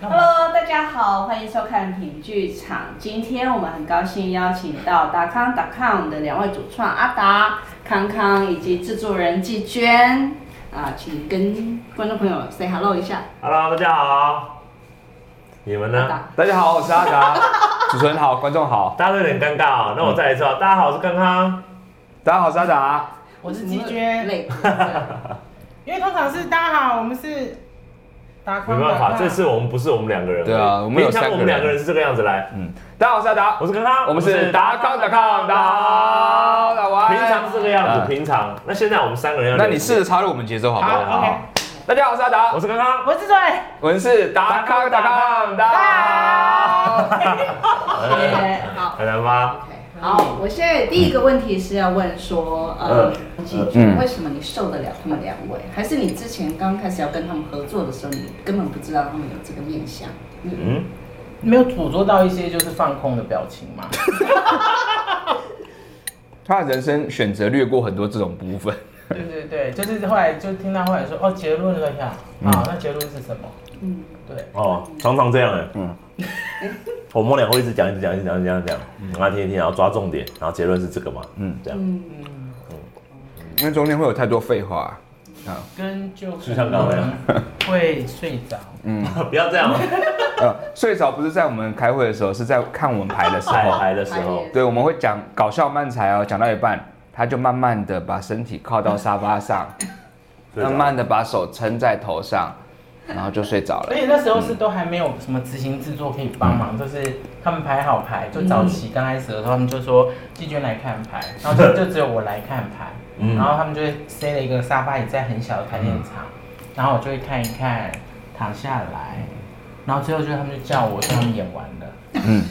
那 Hello，大家好，欢迎收看品剧场。今天我们很高兴邀请到达康达康的两位主创阿达、康康以及制作人季娟啊，请跟观众朋友 say hello 一下。 Hello，大家好。你们阿呢？达，大家好，我是阿达，主持人好，观众好，大家都有点尴尬啊、嗯那我再来一次啊！大家好，我是康康。大家好，我是阿达。我是季我娟，累死了。因为通常是大家好，我们是没打框办法，打框这次我们不是我们两个人。对啊我们有平常三个人我们两个人是这个样子来。大家好，我是阿达，我是康康，我们是达康达康，大家好，大家晚安平常是这个样子，嗯平常。那现在我们三个人要聊。那你试着插入我们节奏好不好？好，OK，大家好，我是阿达我，是康康。我是主任，我们是达康达康，大家好。耶好。很难吗？ OK，好，我现在第一个问题是要问说，呃，季娟，嗯为什么你受得了他们两位？还是你之前刚开始要跟他们合作的时候，你根本不知道他们有这个面相？嗯，嗯，没有捕捉到一些就是放空的表情 嘛？他的人生选择略过很多这种部分，对对对，就是后来就听到后来说哦，结论了呀，嗯啊，那结论是什么？嗯嗯，对，哦，常常这样哎。嗯嗯。我们俩会一直讲，一直讲，一直讲，一直讲，一直讲，然后听一听，然后抓重点，然后结论是这个嘛，嗯嗯，这样。因为中间会有太多废话。跟就就像刚刚那样会睡着， 不要这 样，哦呃，睡着不是在我们开会的时候，是在看我们排的时 彩候。排的时候，对，我们会讲搞笑漫才哦，讲到一半，他就慢慢的把身体靠到沙发上，啊慢慢的把手撑在头上，然后就睡着而了。且那时候是都还没有什么执行制作可以帮忙，就是他们排好牌，就早期刚开始的时候，他们就说季娟来看牌，然后就就只有我来看 牌，嗯然后他们就会塞了一个沙发椅在很小的排练场，嗯然后我就会看一看，躺下来，然后最后就他们就叫我，说他们演完了，嗯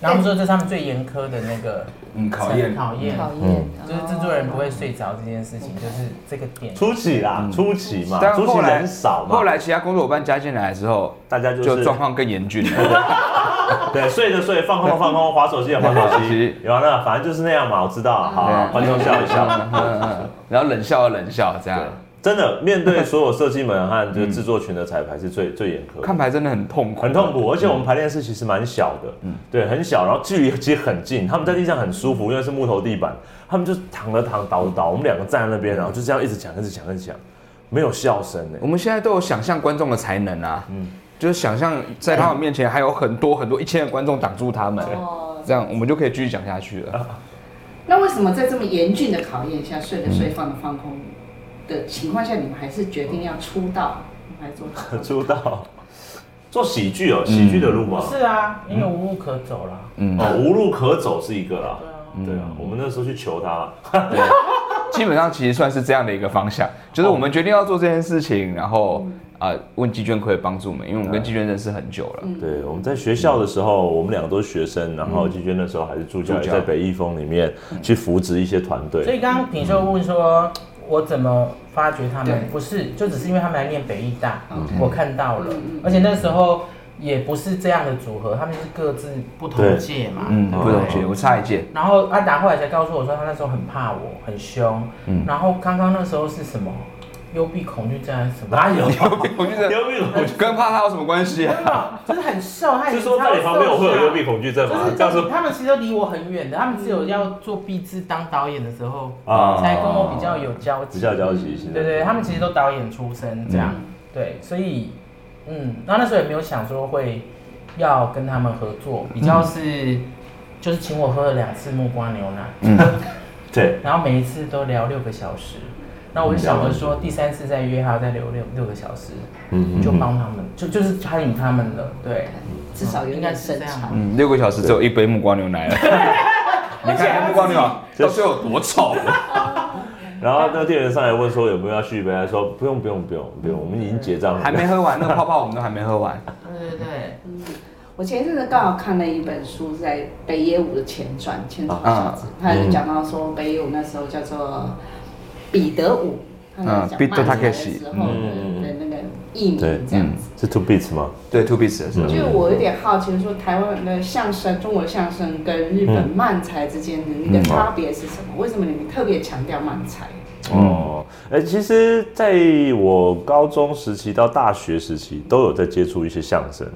然后他们说这是他们最严苛的那个嗯，考验考验，哦讨厌，嗯哦就是制作人不会睡着这件事情，就是这个点。初期嗯啦，初期嘛，但初期后来人少嘛，后来其他工作伙伴加进来之后，大家就就是状况更严峻了。 对睡着睡，放空的放空，划手机的划手机对，有啊，那反正就是那样嘛，我知道，啊好，对观众笑一笑。嗯嗯，然后冷笑的冷笑，这样真的，面对所有设计们和就是制作群的彩排是最最严苛的，看牌真的很痛苦，很痛。苦，而且我们排练室其实蛮小的，嗯，对，很小，然后距离其实很近，他们在地上很舒服，因为是木头地板，他们就躺着躺倒着倒，我们两个站在那边，然后就这样一直讲，一直讲，一直讲，没有笑声欸呢。我们现在都有想象观众的才能啊，嗯就是想象在他们面前还有很多很多一千个观众挡住他们，哦，这样我们就可以继续讲下去了。那为什么在这么严峻的考验下，睡的睡，放的放空的情况下，你们还是决定要出道来做？出道，做喜剧哦，喜剧的路不嘛，是啊，因为无路可走啦。哦，无路可走是一个啦嗯对。啊，对啊，我们那时候去求他，基本上其实算是这样的一个方向，就是我们决定要做这件事情，然后啊、问季娟可不可以帮助我们，因为我们跟季娟认识很久了。对，我们在学校的时候，我们两个都是学生，然后季娟那时候还是助教，助也教在北艺风里面去扶植一些团嗯所队。以刚刚品秀问说，我怎么发掘他对们？不是，就只是因为他们来念北艺大 OK，我看到了嗯嗯嗯，而且那时候也不是这样的组合，他们是各自不同届嘛，嗯，对不不对懂姐，我差一届，然后安达后来才告诉我说，他那时候很怕我，很凶。嗯然后刚刚那时候是什么？幽闭恐惧症还是什么？哪 有？我觉得幽闭恐我惧，跟怕他有什么关系啊？真的就是很瘦，他已是 经说在你旁边我会有幽闭超恐惧症瘦吗了，？这样就是说他们其实都离我很远的，他们只有要做毕制当导演的时候，啊才跟我比较有交比集。较着急，现在对对，他们其实都导演出身这样，嗯对，所以嗯，那那时候也没有想说会要跟他们合作，比嗯较是、就是请我喝了两次木瓜牛奶，嗯对，然后每一次都聊六个小时，那我就想着说第三次再约他再聊六六个小时，嗯就帮他们，就就是参与他们了，对，至少有应一该个是生这样长。嗯，六个小时只有一杯木瓜牛奶 了。你看木瓜牛奶到最后有多臭，啊然后那个店员上来问说有没有要续杯，他说不用不用不用不用，我们已经结账了。还没喝完，那个泡泡我们都还没喝完。对对对，我前一阵子刚好看了一本书，在北野武的前传《前传小啊子》，他就讲到说北野武那时候叫做彼得武，他啊那讲嗯彼得漫才的 Takeshi，时候嗯的那个艺名对这样子。 是 two beats 吗？对，Two Piece 的时候，就我有点好奇，说台湾的相声、中国相声跟日本漫才之间的那个差别是什么？为什么你们特别强调漫才？哦，况。哎、其实在我高中时期到大学时期，都有在接触一些相声。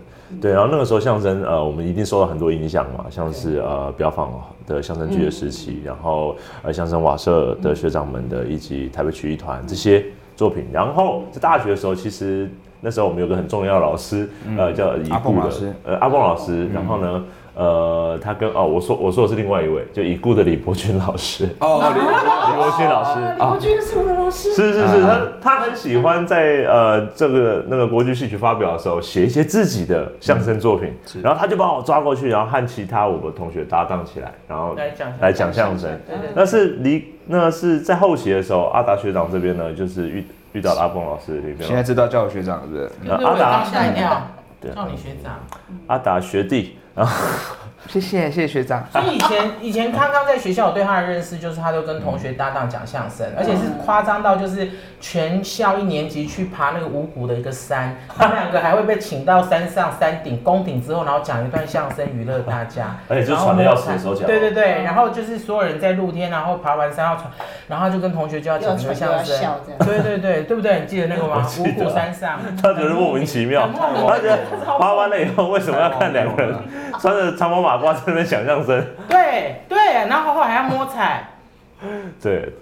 对，然后那个时候相声，呃，我们一定受到很多影响嘛，像是呃表坊的相声剧的时嗯期，然后呃相声瓦舍的学长们的，以及台北曲艺团这些作品。然后在大学的时候，其实那时候我们有个很重要的老师，呃，叫已嗯阿故蹦的老师嗯呃阿蹦老师，然后呢，呃，他跟哦我说我说的是另外一位，就已故的李伯君老师，哦，李 李伯君老师。李国军是我的老师，是是是，他啊他很喜欢在呃这个那个国际戏曲发表的时候写一些自己的相声作品，然后他就把我抓过去，然后和其他我的同学搭档起来，然后来讲来讲相声。对对对嗯那是离那是在后期的时候，阿达学长这边呢，就是遇遇到了阿峰老师这现在边，知道叫我学长是不是？对，我阿达嗯刚吓一跳对，叫你学长。阿达学弟，谢谢谢谢学长。所以以前以前康康在学校，我对他的认识就是他都跟同学搭档讲相声，嗯而且是夸张到就是全校一年级去爬那个五谷的一个山，他们两个还会被请到山上山顶攻顶之后，然后讲一段相声娱乐大家，而且就是然后喘得要死的时候讲对对对，然后就是所有人在露天，然后爬完山要喘，然后他就跟同学就要讲要那个传相要声，笑这样。对对对，对不对？你记得那个吗？嗯记五得谷山上，他觉得莫名其妙很，莫名他觉得爬完了以后为什么要看两个人穿着长毛马褂在那边讲相声？对对，然后后来还要摸彩。对对嗯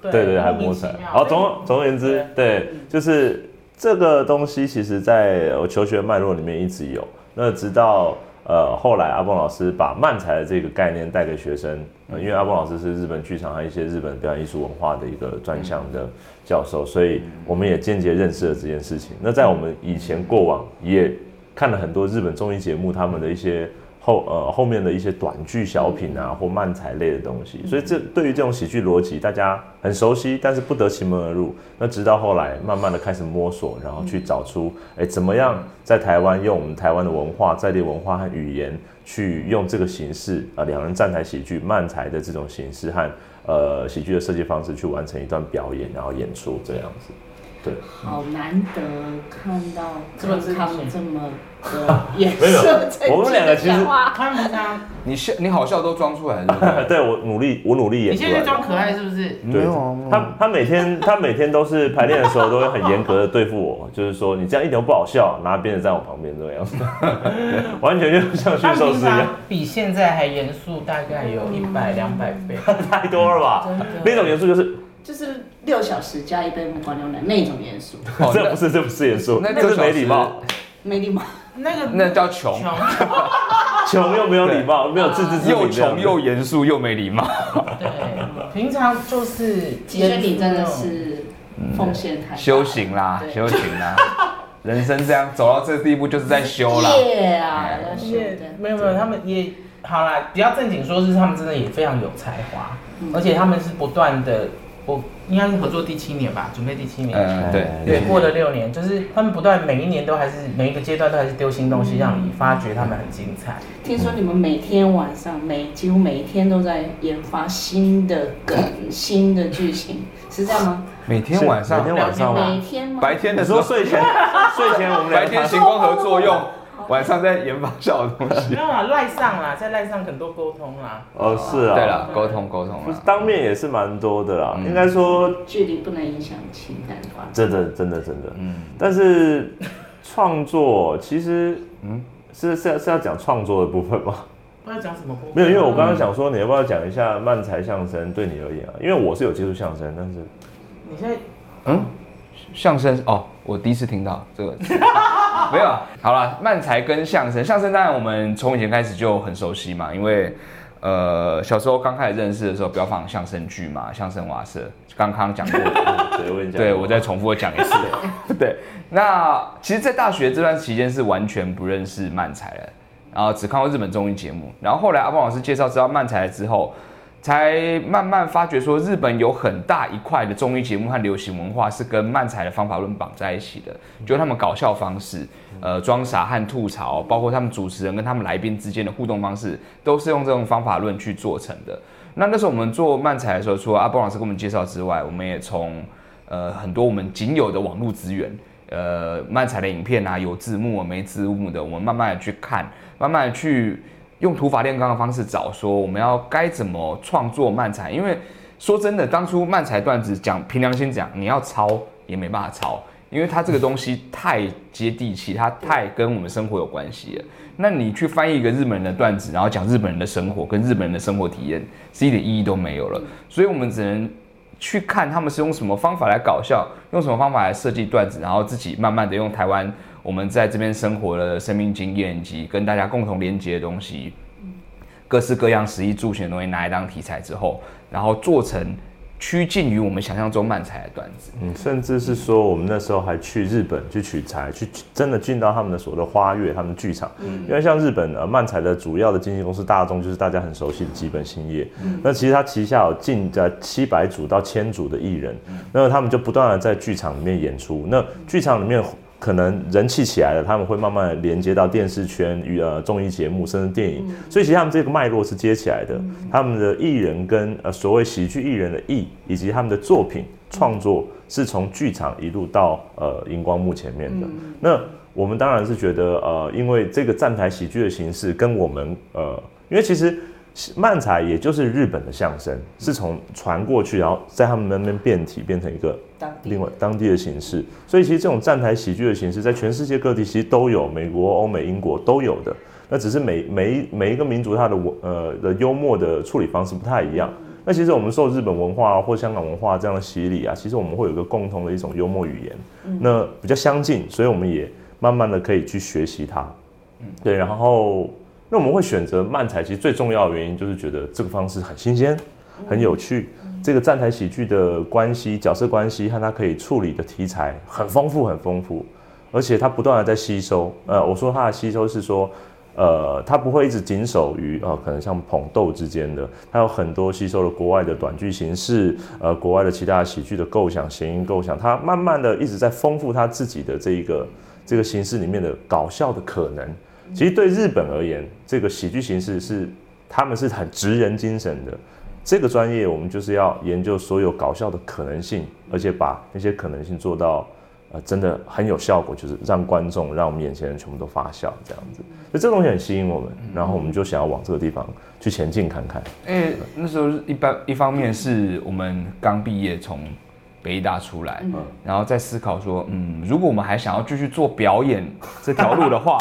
对对，还莫名摸其彩。妙好，总总而言之，对，就是这个东西，其实在我求学脉络里面一直有。那直到呃后来阿蹦老师把漫才的这个概念带给学生，呃因为阿蹦老师是日本剧场和一些日本表演艺术文化的一个专项嗯的教授，所以我们也间接认识了这件事情。那在我们以前过往也看了很多日本综艺节目，他们的一些后呃后面的一些短剧小品啊或漫才类的东西，所以这对于这种喜剧逻辑大家很熟悉，但是不得其门而入。那直到后来慢慢的开始摸索，然后去找出哎、诶怎么样在台湾用我们台湾的文化、在地文化和语言去用这个形式啊、呃两人站台喜剧、漫才的这种形式和呃喜剧的设计方式去完成一段表演，然后演出这样子。对，好难得看到这么自信康康这么的眼没有色正我们经两个的其实，讲话。他们呢？你笑你好笑都装出来了是不 是对我努力，我努力演你出现在来在了。装可爱是不是？对没有啊，没有他啊他每 天他每天都是排练的时候都会很严格的对付我， 就是说你这样一点都不好笑，拿鞭子在我旁边这样， 完全就像驯他兽师平一样，常比现在还严肃，大概有一百两百倍。太多了吧真的？那种严肃就是就是六小时加一杯木瓜牛奶那种严肃，哦 这不是这不是严肃，那这是六小没时礼貌，没礼貌。那个那叫穷，穷，穷又没有礼貌，没有自知之明又这样穷子，又严肃又没礼 貌。对，平常就是其实你真的是奉献太大修行嗯啦，对修行啦，人生这样走到这个地步就是在修 啦。业啊，要修也的。没有没有，他们也好啦，比较正经说是他们真的也非常有才华，而且他们是不断的，我应该是合作第七年吧，准备第七年。嗯，对哎对，过了六年，就是他们不断每一年都还是每一个阶段都还是丢新东西，让你发觉他们很精彩。听说你们每天晚上，每几乎每一天都在研发新的梗、新的剧情，是这样吗？每天晚上啊每天晚上每吗？天吗？白天你的时说候，睡前睡前我们白俩天行光合作用，晚上在研发笑的东西没。有啦，赖上啦，在赖上很多沟通啦。哦是啊，对了，沟通沟通不是了。当面也是蛮多的啦，应该说距离不能影响情感关系。真的，真的，真的，嗯。但是创作其实，嗯，是是要是要讲创作的部分吗？ 不知道讲什么沟通。没有，因为我刚刚想说，你要不要讲一下漫才相声对你而言啊？因为我是有接触相声，但是你现在嗯，相声哦，我第一次听到这 个。没有，啊好了，漫才跟相声，相声当然我们从以前开始就很熟悉嘛，因为呃小时候刚开始认识的时候，标榜相声剧嘛，相声瓦舍，刚刚讲过。对我跟你讲，对，我再重复地讲一次。 对，那其实，在大学这段期间是完全不认识漫才的，然后只看过日本综艺节目。然后后来阿邦老师介绍知道漫才之后，才慢慢发觉说，日本有很大一块的综艺节目和流行文化是跟漫才的方法论绑在一起的，就是他们搞笑方式、呃装傻和吐槽，包括他们主持人跟他们来宾之间的互动方式，都是用这种方法论去做成的。那那时候我们做漫才的时候，除了阿邦老师给我们介绍之外，我们也从呃很多我们仅有的网络资源，呃漫才的影片啊，有字幕啊没字幕的，我们慢慢的去看，慢慢的去用土法炼钢的方式找说我们要该怎么创作漫才，因为说真的，当初漫才段子讲，凭良心讲，你要抄也没办法抄，因为它这个东西太接地气，它太跟我们生活有关系了。那你去翻译一个日本人的段子，然后讲日本人的生活跟日本人的生活体验，是一点意义都没有了。所以我们只能去看他们是用什么方法来搞笑，用什么方法来设计段子，然后自己慢慢的用台湾我们在这边生活的生命经验以及跟大家共同连接的东西，各式各样食衣住行的东西拿来当题材之后，然后做成趋近于我们想象中漫才的段子。嗯，甚至是说我们那时候还去日本去取材，去去真的进到他们的所谓的花月、他们剧场。因为像日本呃漫才的主要的经纪公司大众，就是大家很熟悉的基本兴业。那其实它旗下有近呃七百组到千组的艺人，那他们就不断的在剧场里面演出。那剧场里面。可能人气起来了，他们会慢慢地连接到电视圈与呃综艺节目，甚至电影。所以其实他们这个脉络是接起来的。他们的艺人跟呃所谓喜剧艺人的艺，以及他们的作品创作，是从剧场一路到呃荧光幕前面嗯的。那我们当然是觉得呃，因为这个站台喜剧的形式跟我们呃，因为其实。漫才也就是日本的相声，是从传过去，然后在他们那边变体，变成一个当地另外当地的形式。所以其实这种站台喜剧的形式，在全世界各地其实都有，美国、欧美、英国都有的。那只是每每一每一个民族它的文呃的幽默的处理方式不太一样。那其实我们受日本文化、啊、或香港文化这样的洗礼啊，其实我们会有一个共同的一种幽默语言，那比较相近，所以我们也慢慢的可以去学习它。对，然后那我们会选择漫才，其实最重要的原因就是觉得这个方式很新鲜、很有趣。这个站台喜剧的关系、角色关系和它可以处理的题材很丰富、很丰富，而且它不断的在吸收。呃，我说它的吸收是说，呃，它不会一直谨守于呃，可能像捧逗之间的，它有很多吸收了国外的短剧形式，呃，国外的其他喜剧的构想、谐音构想，它慢慢的一直在丰富它自己的这一个这个形式里面的搞笑的可能。其实对日本而言，这个喜剧形式是他们是很职人精神的。这个专业我们就是要研究所有搞笑的可能性，而且把那些可能性做到呃真的很有效果，就是让观众让我们眼前人全部都发笑这样子。所以这个东西很吸引我们，然后我们就想要往这个地方去前进看看。因为那时候一般一方面是我们刚毕业从北医大出来，嗯然后再思考说，嗯，如果我们还想要继续做表演这条路的话，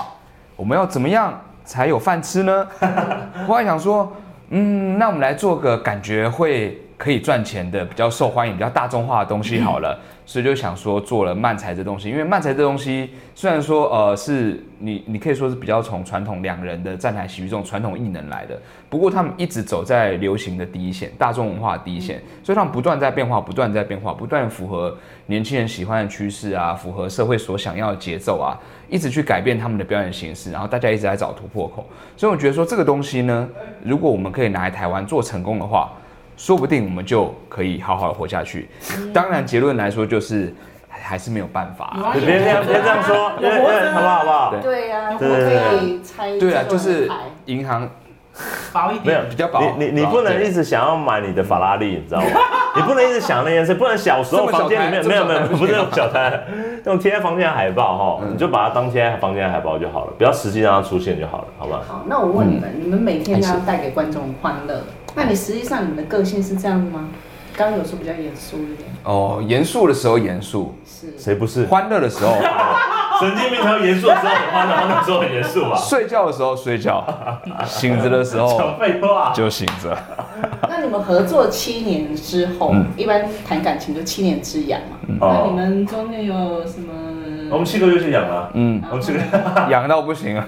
我们要怎么样才有饭吃呢？ 后来想说，嗯，那我们来做个感觉会可以赚钱的、比较受欢迎、比较大众化的东西好了。所以就想说做了漫才这东西，因为漫才这东西虽然说呃是你你可以说是比较从传统两人的站台喜剧这种传统艺能来的，不过他们一直走在流行的第一线、大众文化的第一线，所以他们不断在变化，不断在变化，不断符合年轻人喜欢的趋势啊，符合社会所想要的节奏啊，一直去改变他们的表演形式，然后大家一直在找突破口。所以我觉得说这个东西呢，如果我们可以拿来台湾做成功的话，说不定我们就可以好好的活下去。嗯当然，结论来说就是还还是没有办法、有啊别别这样别这样说，别别好不好好不好？对呀、对对对我可以猜对啊，这种就是牌银行薄一没有点。比较薄你你你不能一直想要买你的法拉利，你知道吗？你不能一直想那件事，不能小时候这么小房间里面台没有没有这么小台不是那种小摊，那种贴在房间的海报哈，你就把它当贴在房间的海报就好了，不要实际让它出现就好了，好吧？好，那我问你嗯们，你们每天都要带给观众欢乐，那你实际上你们的个性是这样的吗？刚刚有说比较严肃一点，哦，严肃的时候严肃，是谁不是？欢乐的时候神经病才会严肃的时候很欢乐，欢乐的时候很严肃吧？睡觉的时候睡觉，醒着的 时候讲废话。就醒着。那你们合作七年之后，啊嗯一般谈感情就七年之痒嘛。那你哦，们中间有什么？我们七个月去养了，嗯，我们七个月，痒到不行啊。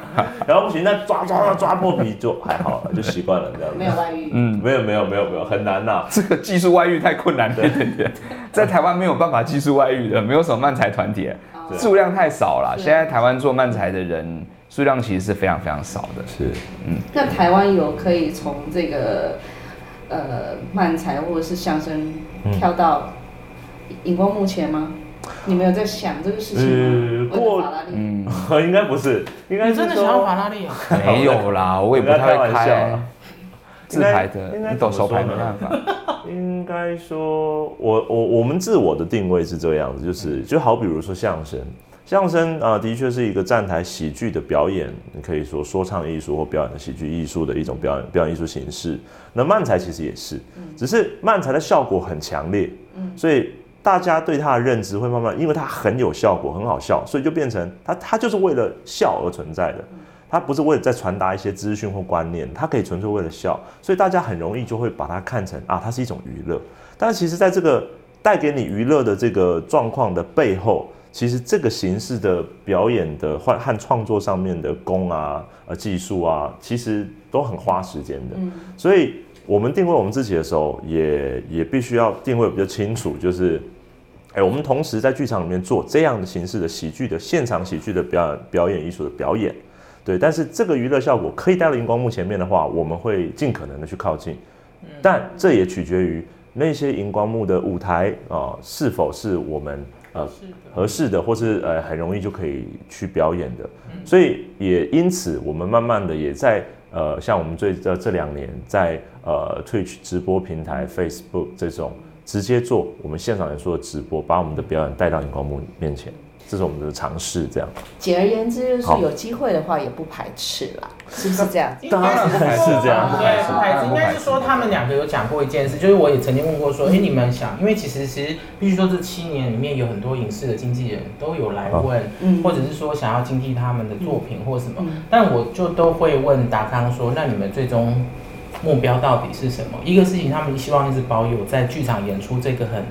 然后不行，那抓抓抓抓破皮就还好了，就习惯了这样子。没有外遇，嗯，没有没有没有没有很难呐、 这个技术外遇太困难了一点点， 在台湾没有办法技术外遇的，没有什么漫才团体，哦对数量太少了。是现在台湾做漫才的人数量其实是非常非常少 的。是那台湾有可以从这个呃漫才或者是相声嗯跳到荧光幕前吗？你们有在想这个事情吗？呃过我的法拉利嗯，应该不是，应该你是真的说想要法拉利啊？没有啦，我也不太会开自排的应该，抖手牌应该没怎么办法。应该说，我我我们自我的定位是这样子，就是就好比如说相声，相声啊、呃的确是一个站台喜剧的表演，你可以说说唱艺术或表演的喜剧艺术的一种表演表演艺术形式。那漫才其实也是，只是漫才的效果很强烈，所以大家对它的认知会慢慢，因为它很有效果，很好笑，所以就变成它它就是为了笑而存在的。它不是为了在传达一些资讯或观念，它可以纯粹为了笑，所以大家很容易就会把它看成啊，它是一种娱乐。但其实，在这个带给你娱乐的这个状况的背后，其实这个形式的表演的或和创作上面的功啊、呃技术啊，其实都很花时间的。嗯所以我们定位我们自己的时候，也也必须要定位比较清楚，就是，哎、我们同时在剧场里面做这样的形式的喜剧的现场喜剧的表演表演艺术的表演，对，但是这个娱乐效果可以带到荧光幕前面的话，我们会尽可能的去靠近，但这也取决于那些荧光幕的舞台啊、是否是我们呃是的。合适的，或是呃很容易就可以去表演的。嗯所以也因此，我们慢慢的也在呃，像我们最这这两年在呃 Twitch 直播平台、Facebook 嗯这种直接做我们现场人说的直播，把我们的表演带到荧光幕面前，这是我们的尝试。这样，简而言之，就是好有机会的话也不排斥啦，是不是这样？ 当然不排斥这样对，不排斥。应该是说他们两个有讲过一件事，就是我也曾经问过嗯说，哎、你们想，因为其实其实必须说这七年里面有很多影视的经纪人都有来哦问，嗯或者是说想要经纪他们的作品或什么，但我就都会问达康说，那你们最终目标到底是什么？一个事情，他们希望一直保有在剧场演出这个很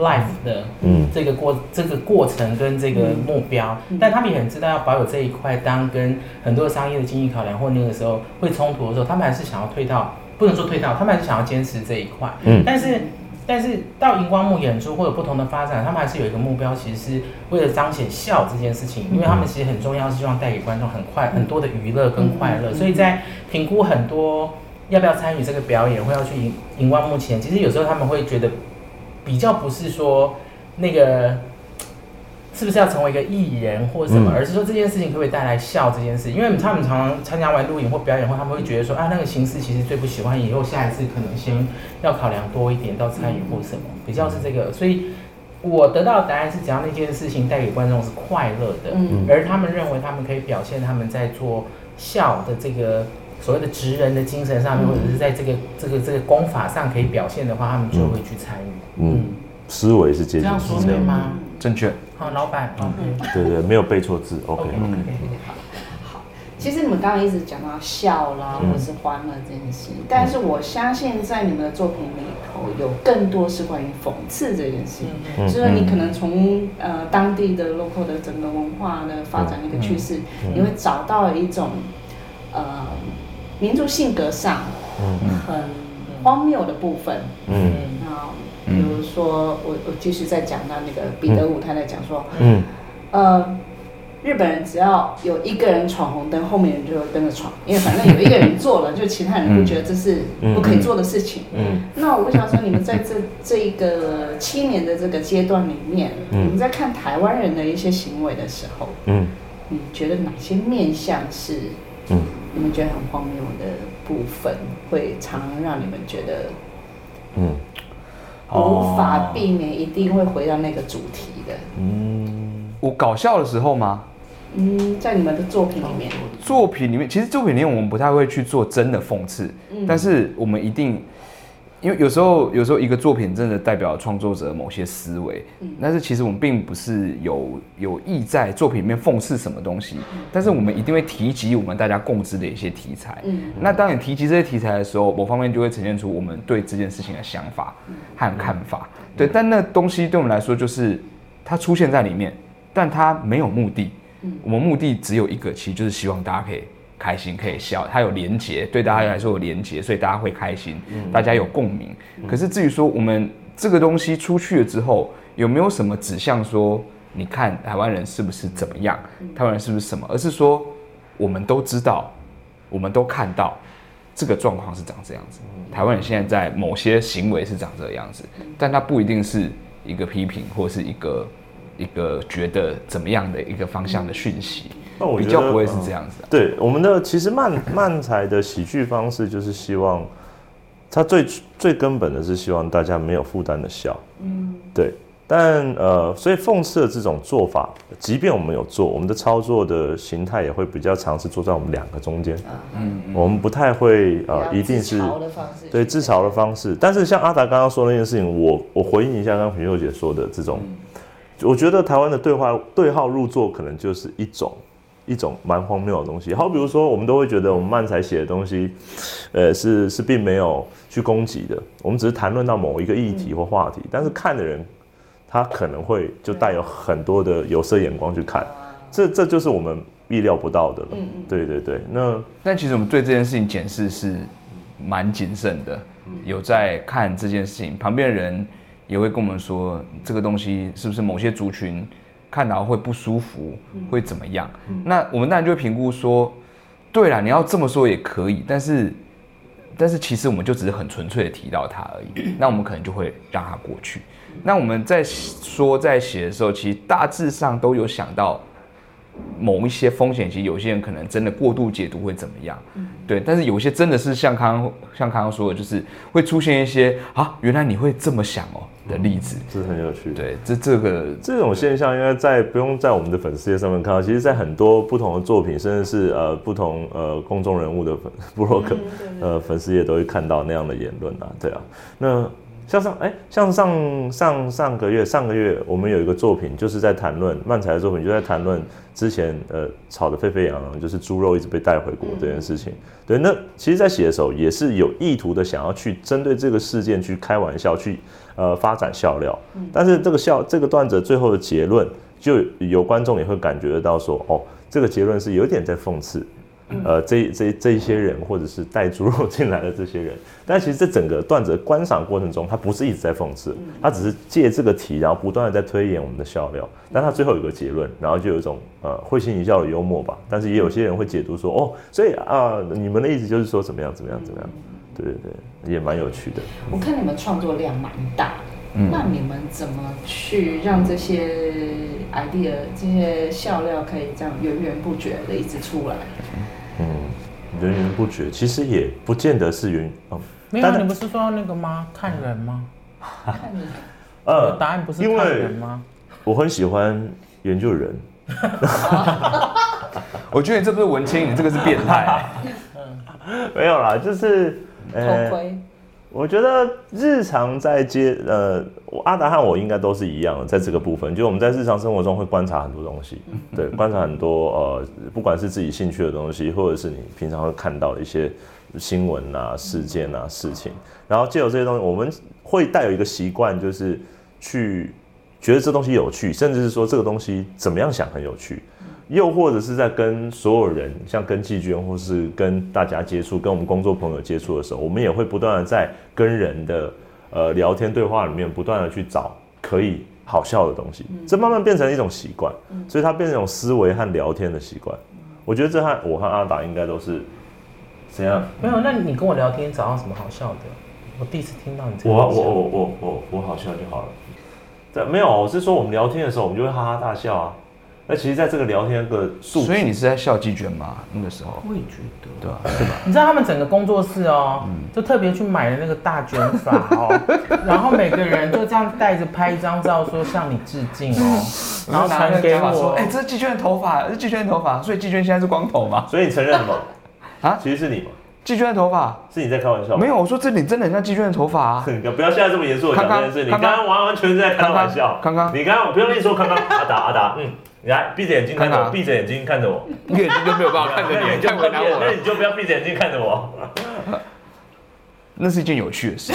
live 的嗯，这个过这个过程跟这个目标，但他们也很知道要保有这一块，当跟很多商业的经济考量或那个时候会冲突的时候，他们还是想要退到，不能说退到，他们还是想要坚持这一块。嗯但是但是到荧光幕演出或者不同的发展，他们还是有一个目标，其实是为了彰显笑这件事情，因为嗯他们其实很重要，是希望带给观众很快很多的娱乐跟快嗯乐，所以在评估很多要不要参与这个表演或要去荧荧光幕前，其实有时候他们会觉得比较不是说那个。是不是要成为一个艺人或什么，嗯而是说这件事情可不可以带来笑这件事？因为他们常常参加完录影或表演后，他们会觉得说啊，那个形式其实最不喜欢，以后下一次可能先要考量多一点到参与或什么，比较是这个。所以我得到的答案是，只要那件事情带给观众是快乐的，嗯而他们认为他们可以表现他们在做笑的这个所谓的职人的精神上面，或者是在这个这个这个功法上可以表现的话，他们就会去参与。嗯，思维是接这近样是说这对样，吗？正确。好，老板，OK，OK，嗯对对，没有背错字，OK。嗯其实你们刚刚一直讲到笑啦，嗯或是欢乐这件事，但是我相信在你们的作品里头有更多是关于讽刺这件事。嗯嗯就是说你可能从呃当地的 local 的整个文化的发展的一个趋势，嗯你会找到一种呃民族性格上很荒谬的部分。嗯嗯那比如说，我我继续再讲到那个彼得舞台来讲说，嗯呃，日本人只要有一个人闯红灯，后面人就会跟着闯，因为反正有一个人做了，就其他人会觉得这是不可以做的事情。嗯那我想说，你们在这这一个七年的这个阶段里面，嗯你们在看台湾人的一些行为的时候，嗯你觉得哪些面向是嗯，你们觉得很荒谬的部分，会常常让你们觉得嗯无法哦避免，一定会回到那个主题的？嗯我搞笑的时候吗？嗯，在你们的作品里哦面，作品里面，其实作品里面我们不太会去做真的讽刺，但是我们一定，因为有时候有时候一个作品真的代表创作者某些思维，但是其实我们并不是有有意在作品里面讽刺什么东西，但是我们一定会提及我们大家共知的一些题材。嗯那当你提及这些题材的时候，某方面就会呈现出我们对这件事情的想法和看法。对，但那东西对我们来说就是它出现在里面，但它没有目的。我们目的只有一个，其实就是希望大家可以开心，可以笑。它有连结，对大家来说有连结，所以大家会开心，大家有共鸣。可是至于说我们这个东西出去了之后，有没有什么指向说，你看台湾人是不是怎么样，台湾人是不是什么，而是说我们都知道，我们都看到这个状况是长这样子，嗯台湾人现在在某些行为是长这个样子，但它不一定是一个批评或是一个一个觉得怎么样的一个方向的讯息那我，觉得比较不会是这样子啊、对，我们的其实漫漫才的喜剧方式就是希望，它最最根本的是希望大家没有负担的笑，嗯，对。但呃，所以讽刺的这种做法，即便我们有做，我们的操作的形态也会比较尝试坐在我们两个中间，我们不太会呃，一定是比较嗯自嘲的方式去对自嘲的方式。但是像阿达刚刚说的那件事情，我我回应一下刚刚平秀姐说的这种，我觉得台湾的对话对号入座可能就是一种一种蛮荒谬的东西。好，比如说我们都会觉得我们漫才写的东西，呃，是是并没有去攻击的，我们只是谈论到某一个议题或话题，但是看的人他可能会就带有很多的有色眼光去看，这这就是我们意料不到的了。对对对，那。但其实我们对这件事情检视是蛮谨慎的，有在看这件事情，旁边的人也会跟我们说这个东西是不是某些族群看到会不舒服，会怎么样？那我们当然就会评估说，对啦，你要这么说也可以，但是但是其实我们就只是很纯粹的提到它而已，那我们可能就会让它过去。那我们在说在写的时候，其实大致上都有想到某一些风险，其实有些人可能真的过度解读会怎么样，对。但是有些真的是像康像康康说的，就是会出现一些啊，原来你会这么想哦的例子。这是很有趣。，对，这这个这种现象应该在不用在我们的粉丝页上面看到，其实，在很多不同的作品，甚至是呃不同呃公众人物的粉 布嗯洛嗯克、呃粉丝页都会看到那样的言论啊，对啊。那像上哎、像上上上个月上个月我们有一个作品，就是在谈论漫才的作品，就在谈论之前呃吵得沸沸扬扬，就是猪肉一直被带回国这件事情。对，那其实，在写的时候也是有意图的，想要去针对这个事件去开玩笑，去呃发展笑料。但是这个笑这个段子最后的结论，就有观众也会感觉得到说，哦，这个结论是有点在讽刺。呃，这这这一些人，或者是带猪肉进来的这些人，但其实这整个段子的观赏过程中，他不是一直在讽刺，他只是借这个题，然后不断的在推演我们的笑料，但他最后有个结论，然后就有一种呃会心一笑的幽默吧。但是也有些人会解读说，哦，所以啊、你们的意思就是说怎么样怎么样怎么样，对对对，也蛮有趣的。我看你们创作量蛮大的，嗯那你们怎么去让这些 idea、这些笑料可以这样源源不绝的一直出来？源源不绝，其实也不见得是源哦，没有，啊但你不是说那个吗？看人吗？看 你呃答案不是因看人为吗？我很喜欢研究人， 我觉得你这不是文青，你这个是变态。没有啦，就是呃偷窥，我觉得日常在接呃，我阿达和我应该都是一样的，在这个部分，就我们在日常生活中会观察很多东西，对，观察很多呃，不管是自己兴趣的东西，或者是你平常会看到的一些新闻啊、事件啊、事情，然后借由这些东西，我们会带有一个习惯，就是去觉得这东西有趣，甚至是说这个东西怎么样想很有趣。又或者是在跟所有人，像跟季娟或是跟大家接触，跟我们工作朋友接触的时候，我们也会不断的在跟人的呃聊天对话里面，不断的去找可以好笑的东西，这慢慢变成一种习惯，所以它变成一种思维和聊天的习惯。我觉得这和我和阿达应该都是怎样？没有，那你跟我聊天找到什么好笑的？我第一次听到你这我个啊啊我好笑。我我我我好笑就好了。对，没有，我是说我们聊天的时候，我们就会哈哈大笑啊。那其实，在这个聊天的素所以你是在笑季卷吗？那个时候，我也觉得。对吧、是吧？你知道他们整个工作室哦，嗯就特别去买了那个大卷发 哦，然后每个人就这样带着拍一张照，说向你致敬哦，嗯然后传给然后拿那个假发说我。哎、这是季卷的头发，这是季卷的头发，所以季卷现在是光头吗？所以你承认了吗？ 啊其实是你吗？季卷的头发是你在开玩笑吗？没有，我说这里真的很像季卷的头发啊。你不要现在这么严肃的讲这件事，你康刚康刚完完全全在开玩笑。康康康你刚刚不用硬说康康，阿达阿达，嗯，你来闭着眼睛看着康我，康闭着眼睛看着我，你眼睛就没有办法看着那你，你就太为难我 那了。你就不要闭着眼睛看着我。那是一件有趣的 事，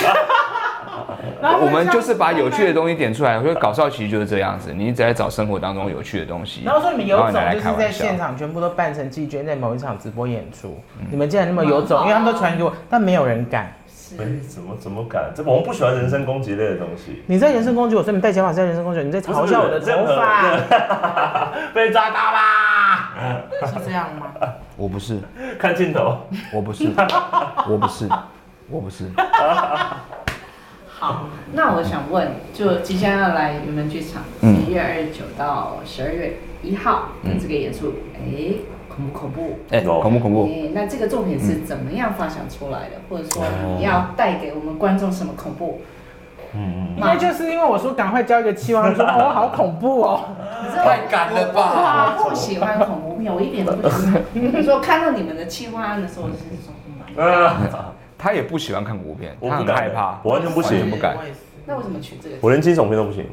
然后我们就是把有趣的东西点出来。我觉得搞笑其实就是这样子，你一直在找生活当中有趣的东西，然后说你们有然后种拿来就是开玩在笑现场全部都扮成季娟在某一场直播演出，嗯你们竟然那么有种，因为他们都传给我，但没有人敢。哎，怎么怎么敢？这我们不喜欢人身攻击类的东西。你在人身攻击我，所以你戴假发是在人身攻击我，你在不是嘲笑我的头发，发，被抓到啦！ 是这样吗？我不是，看镜头，我不 是，我不是，我不是。好，那我想问，就即将要来云门剧场，嗯十一月二十九到十二月一号嗯的这个演出，哎、恐怖恐怖。 哎、 No 恐不恐怖？哎，那这个作嗯哦品是怎么样发想出来的，或者说你要带给我们观众什么恐怖？嗯嗯，应该就是因为我说赶快交一个期望，他说哦好恐怖哦，可是我太赶了吧？我不喜欢恐怖片，我一点都不喜欢。所以我看到你们的企划案的时候，我就是说， 嗯啊，他也不喜欢看恐怖片，我他不很敢害怕，我完全不行完全不敢我。也是那为什么取这个？我连惊悚片都不行。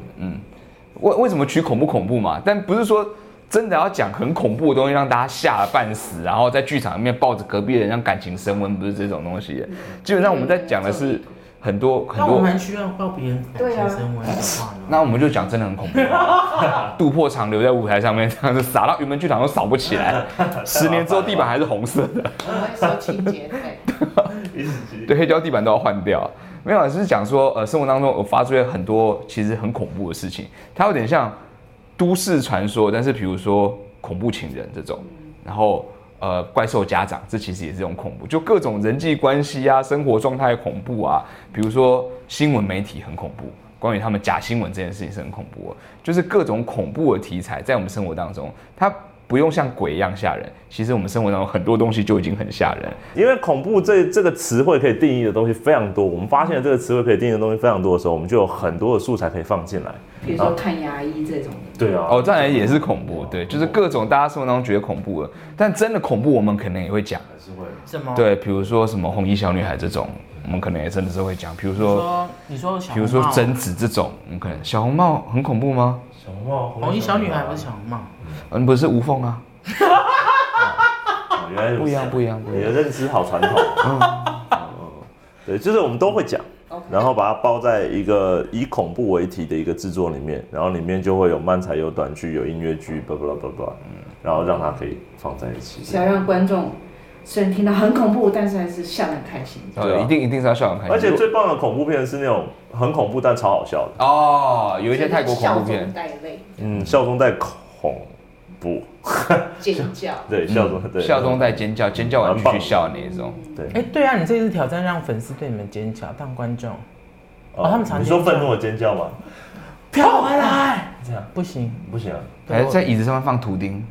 为为什么取恐不恐怖嘛？但不是说真的要讲很恐怖的东西让大家吓得半死，然后在剧场里面抱着隔壁的人让感情升温，不是这种东西。基本上我们在讲的嗯是很多啊很那我多，蛮需要抱别人感情升温的话呢。那我们就讲真的很恐 怖啊，渡破长流在舞台上面这样子撒到云门剧场都扫不起 来，十年之后地板还是红色的。我会收清洁费。对，黑胶地板都要换掉。没有啊，就是讲说，呃，生活当中我发生了很多其实很恐怖的事情，它有点像都市传说，但是比如说恐怖情人这种，然后呃怪兽家长，这其实也是一种恐怖，就各种人际关系啊、生活状态恐怖啊，比如说新闻媒体很恐怖，关于他们假新闻这件事情是很恐怖的，就是各种恐怖的题材在我们生活当中，它不用像鬼一样吓人，其实我们生活当中很多东西就已经很吓人了。因为恐怖这这个词汇可以定义的东西非常多，我们发现这个词汇可以定义的东西非常多的时候，我们就有很多的素材可以放进来。比如说看牙医这种的，对啊哦，当然也是恐怖，对，就是各种大家生活当中觉得恐怖的，但真的恐怖我们可能也会讲，还是会啊怎么？，对，比如说什么红衣小女孩这种，我们可能也真的是会讲，比如你说说你说小比如说红帽贞子这种，我们可能小红帽很恐怖吗？小红帽、红衣哦小女孩不是小红帽，嗯，不是无缝啊，哦原来如此不一样，不一样，不一你样的。认知好传统。嗯嗯 对，就是我们都会讲 OK，然后把它包在一个以恐怖为题的一个制作里面，然后里面就会有漫才、有短剧、有音乐剧，巴拉巴拉巴拉，嗯然后让它可以放在一起。是要让观众虽然听到很恐怖，但是还是笑得很开心。对对，啊一定一定是要笑很开心。而且最棒的恐怖片是那种很恐怖但超好笑的，哦，有一些泰国恐笑怖片中，带泪，嗯，笑中带恐怖，尖叫。对，笑中对笑中带尖叫，尖叫完继续笑那一种。对，嗯哎，对啊，你这次挑战让粉丝对你们尖叫，当观众哦哦他们常你说尖叫愤怒的尖叫吗？飘回来，这样不行，不行啊，还在椅子上面放图钉，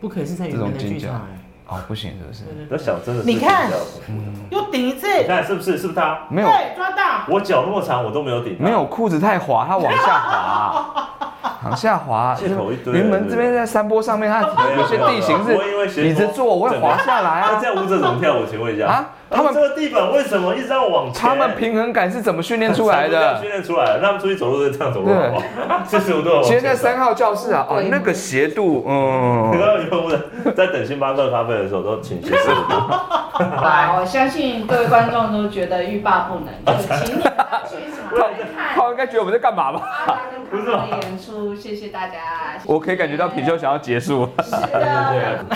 不可以是在这原种本的尖剧叫场哎。哦，不行，是不是？要想真的是你看嗯尖叫，又顶一次，你看是不是是不是他？没有，对，抓到。我脚那么长，我都没有顶， 没有，裤子太滑，它往 下滑，往下滑。借口一堆云门这边在山坡上面，它有些地形没有没有没有我以为是斜坡你子坐，我会滑下来那啊这。样舞者怎么跳？我请问一下啊他他们们这个地板为什么一直要往前？他们平衡感是怎么训练出来他们这样的训？练出来的，让他们出去走路就这样走路好不好？ 四十五度往今前天走。在三号教室啊，哦，那个斜度，嗯，刚刚有我在等星巴克咖啡的时候都请斜四十度， 哇，我相信各位观众都觉得欲罢不能，就请你们去场来看他们应该觉得我们在干嘛吧？阿达跟康康的演出，谢谢大家。谢谢我可以感觉到品秀想要结束。是的。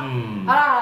嗯，好啦，